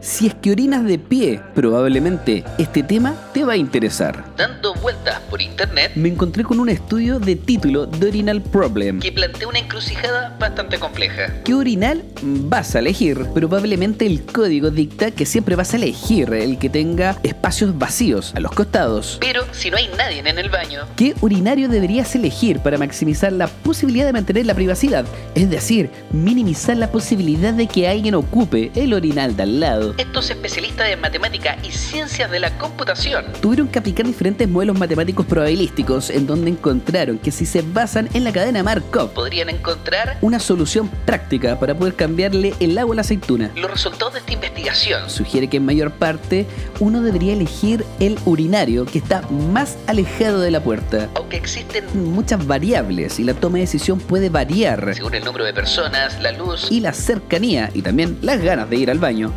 Si es que orinas de pie, probablemente este tema te va a interesar. Dando vueltas por internet, Me encontré con un estudio de título The Orinal Problem. que plantea una encrucijada bastante compleja. ¿Qué orinal vas a elegir? Probablemente el código dicta que siempre vas a elegir el que tenga espacios vacíos a los costados. Pero si no hay nadie en el baño, ¿Qué urinario deberías elegir para maximizar la posibilidad de mantener la privacidad? Es decir, minimizar la posibilidad de que alguien ocupe el orinal de al lado. estos especialistas en matemática y ciencias de la computación Tuvieron que aplicar diferentes modelos matemáticos probabilísticos en donde encontraron que si se basan en la cadena Markov, podrían encontrar una solución práctica para poder cambiarle el agua a la aceituna. los resultados de esta investigación. Sugiere que en mayor parte uno debería elegir el urinario que está más alejado de la puerta. Aunque existen, Muchas variables y la toma de decisión puede variar. según el número de personas, la luz, y la cercanía y también las ganas de ir al baño.